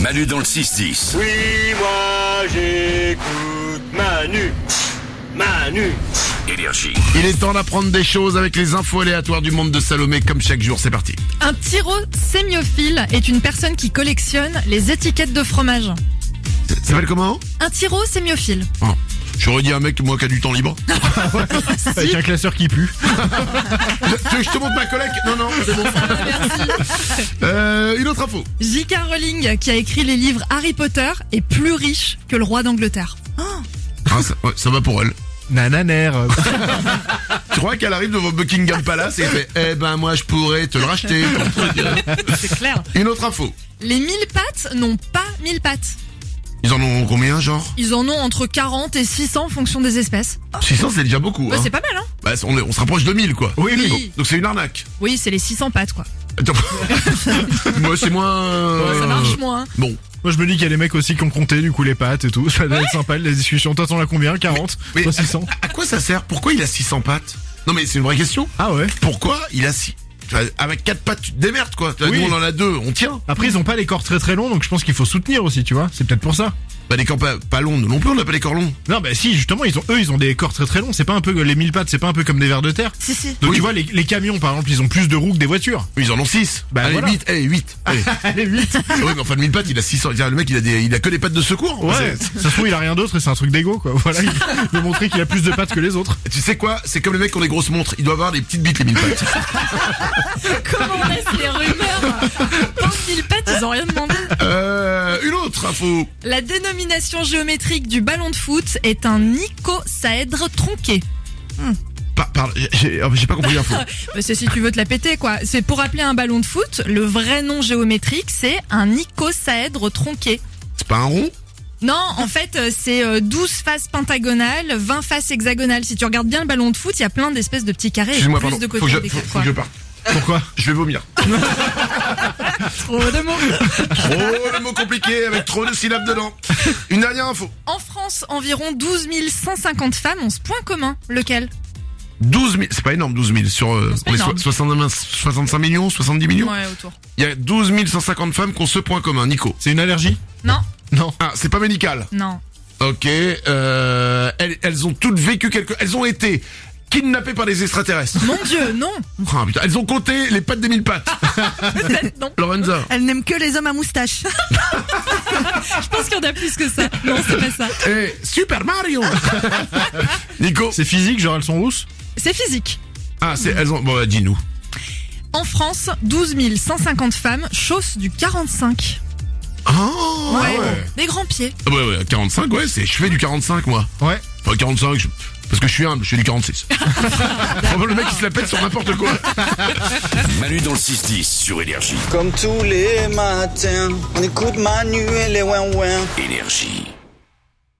Manu dans le 6-10. Oui, moi j'écoute Manu. Manu. Énergie. Il est temps d'apprendre des choses avec les infos aléatoires du monde de Salomé, comme chaque jour. C'est parti. Un tyrosémiophile est une personne qui collectionne les étiquettes de fromage. Ça s'appelle comment Un tyrosémiophile. Oh, J'aurais dit un mec, moi, qui a du temps libre. Avec un classeur qui pue. tu veux que je te montre ma collègue Non, non, c'est bon. Ah, Euh, une autre info. J.K. Rowling, qui a écrit les livres Harry Potter, est plus riche que le roi d'Angleterre. Ah, ça, ouais, ça va pour elle. Nananer. Tu crois qu'elle arrive devant Buckingham Palace et fait Eh ben, moi, je pourrais te le racheter. ton truc. Ah, C'est clair. Une autre info. Les mille pattes n'ont pas mille pattes. Ils en ont combien, genre Ils en ont entre 40 et 600 en fonction des espèces. 600, c'est déjà beaucoup. Bah, hein. c'est pas mal, hein Bah, on, est- on se rapproche de 1000, quoi. Oui. Donc, c'est une arnaque. Oui, c'est les 600 pattes, quoi. Attends. moi, c'est moins. euh, Ça marche moins. hein. Bon. Moi je me dis qu'il y a les mecs aussi qui ont compté du coup les pattes et tout. Ça doit être sympa les discussions. Toi t'en as combien 40 mais- Toi 600 À quoi ça sert Pourquoi il a 600 pattes Non, mais c'est une vraie question. Ah ouais Pourquoi il a six Enfin, Avec quatre pattes, tu te démerdes, quoi. Oui. Nous, on en a deux, on tient. Après ils ont pas les corps très très longs donc je pense qu'il faut soutenir aussi tu vois. C'est peut-être pour ça. Bah, les corps pas, pas longs, nous non plus, on n'a pas les corps longs. Non bah si justement ils ont eux ils ont des corps très très longs. C'est pas un peu les mille pattes c'est pas un peu comme des vers de terre. Si, si. Donc Oui. tu vois les, les camions par exemple ils ont plus de roues que des voitures. Ils en ont six. Bah, allez, voilà. 8, allez, 8. Allez. Allez vite. oui, mais enfin, de 1000 pattes, il a 600. Le mec, il a, des, il a que des pattes de secours. Ouais. C'est- ça se trouve il a rien d'autre et c'est un truc d'ego quoi. Voilà. Il veut montrer qu'il a plus de pattes que les autres. Tu sais quoi C'est comme les mecs qui ont des grosses montres. Ils doivent avoir des petites bites, les 1000 pattes. Comment on laisse les rumeurs Tant que mille pattes, ils ont rien demandé. euh, une autre info. La dénomination géométrique du ballon de foot est un icosaèdre tronqué. Par- par- J'ai j'ai pas compris l'info. Bah, C'est si tu veux te la péter, quoi. C'est pour appeler un ballon de foot, le vrai nom géométrique, c'est un icosaèdre tronqué. C'est pas un rond Non, en fait, euh, c'est euh, 12 faces pentagonales, 20 faces hexagonales. Si tu regardes bien le ballon de foot, il y a plein d'espèces de petits carrés et Excuse-moi, plus pardon. de faut, côtés. que je, des faut- quatre faut que je parte. Pourquoi Je vais vomir. fois. Trop de mots. Trop de mots compliqués avec trop de syllabes dedans. Une dernière info. En France, environ 12 150 femmes ont ce point commun. Lequel 12 000, c'est pas énorme 12 000 sur euh, c'est pas on est so- énorme. 65 65 millions, 70 millions. Ouais, autour. Il y a 12 150 femmes qui ont ce point commun, Nico. C'est une allergie Non, Non. Ah, c'est pas médical. non. Ok. Euh, elles, elles ont toutes vécu quelque... Elles ont été kidnappées par des extraterrestres. Mon Dieu, non. Ah, putain, elles ont compté les pattes des mille pattes. Peut-être non. Lorenza. Elle n'aime que les hommes à moustache. Je pense qu'il y en a plus que ça. Non, c'est pas ça. Eh, Super Mario. Nico. C'est physique genre elles sont rousses C'est physique. Ah, c'est... Elles ont... Bon, bah, dis-nous. En France, 12 150 femmes chaussent du 45. Oh, ah ouais. Des grands pieds. Ah ouais, ouais, 45, ouais, c'est... Je fais du 45, moi. Ouais. Enfin, 45, je- parce que je suis humble, je fais du 46. le mec, il se la pète sur n'importe quoi. Manu dans le 6-10 sur Énergie. Comme tous les matins, on écoute Manu et les ouin-ouin. Énergie.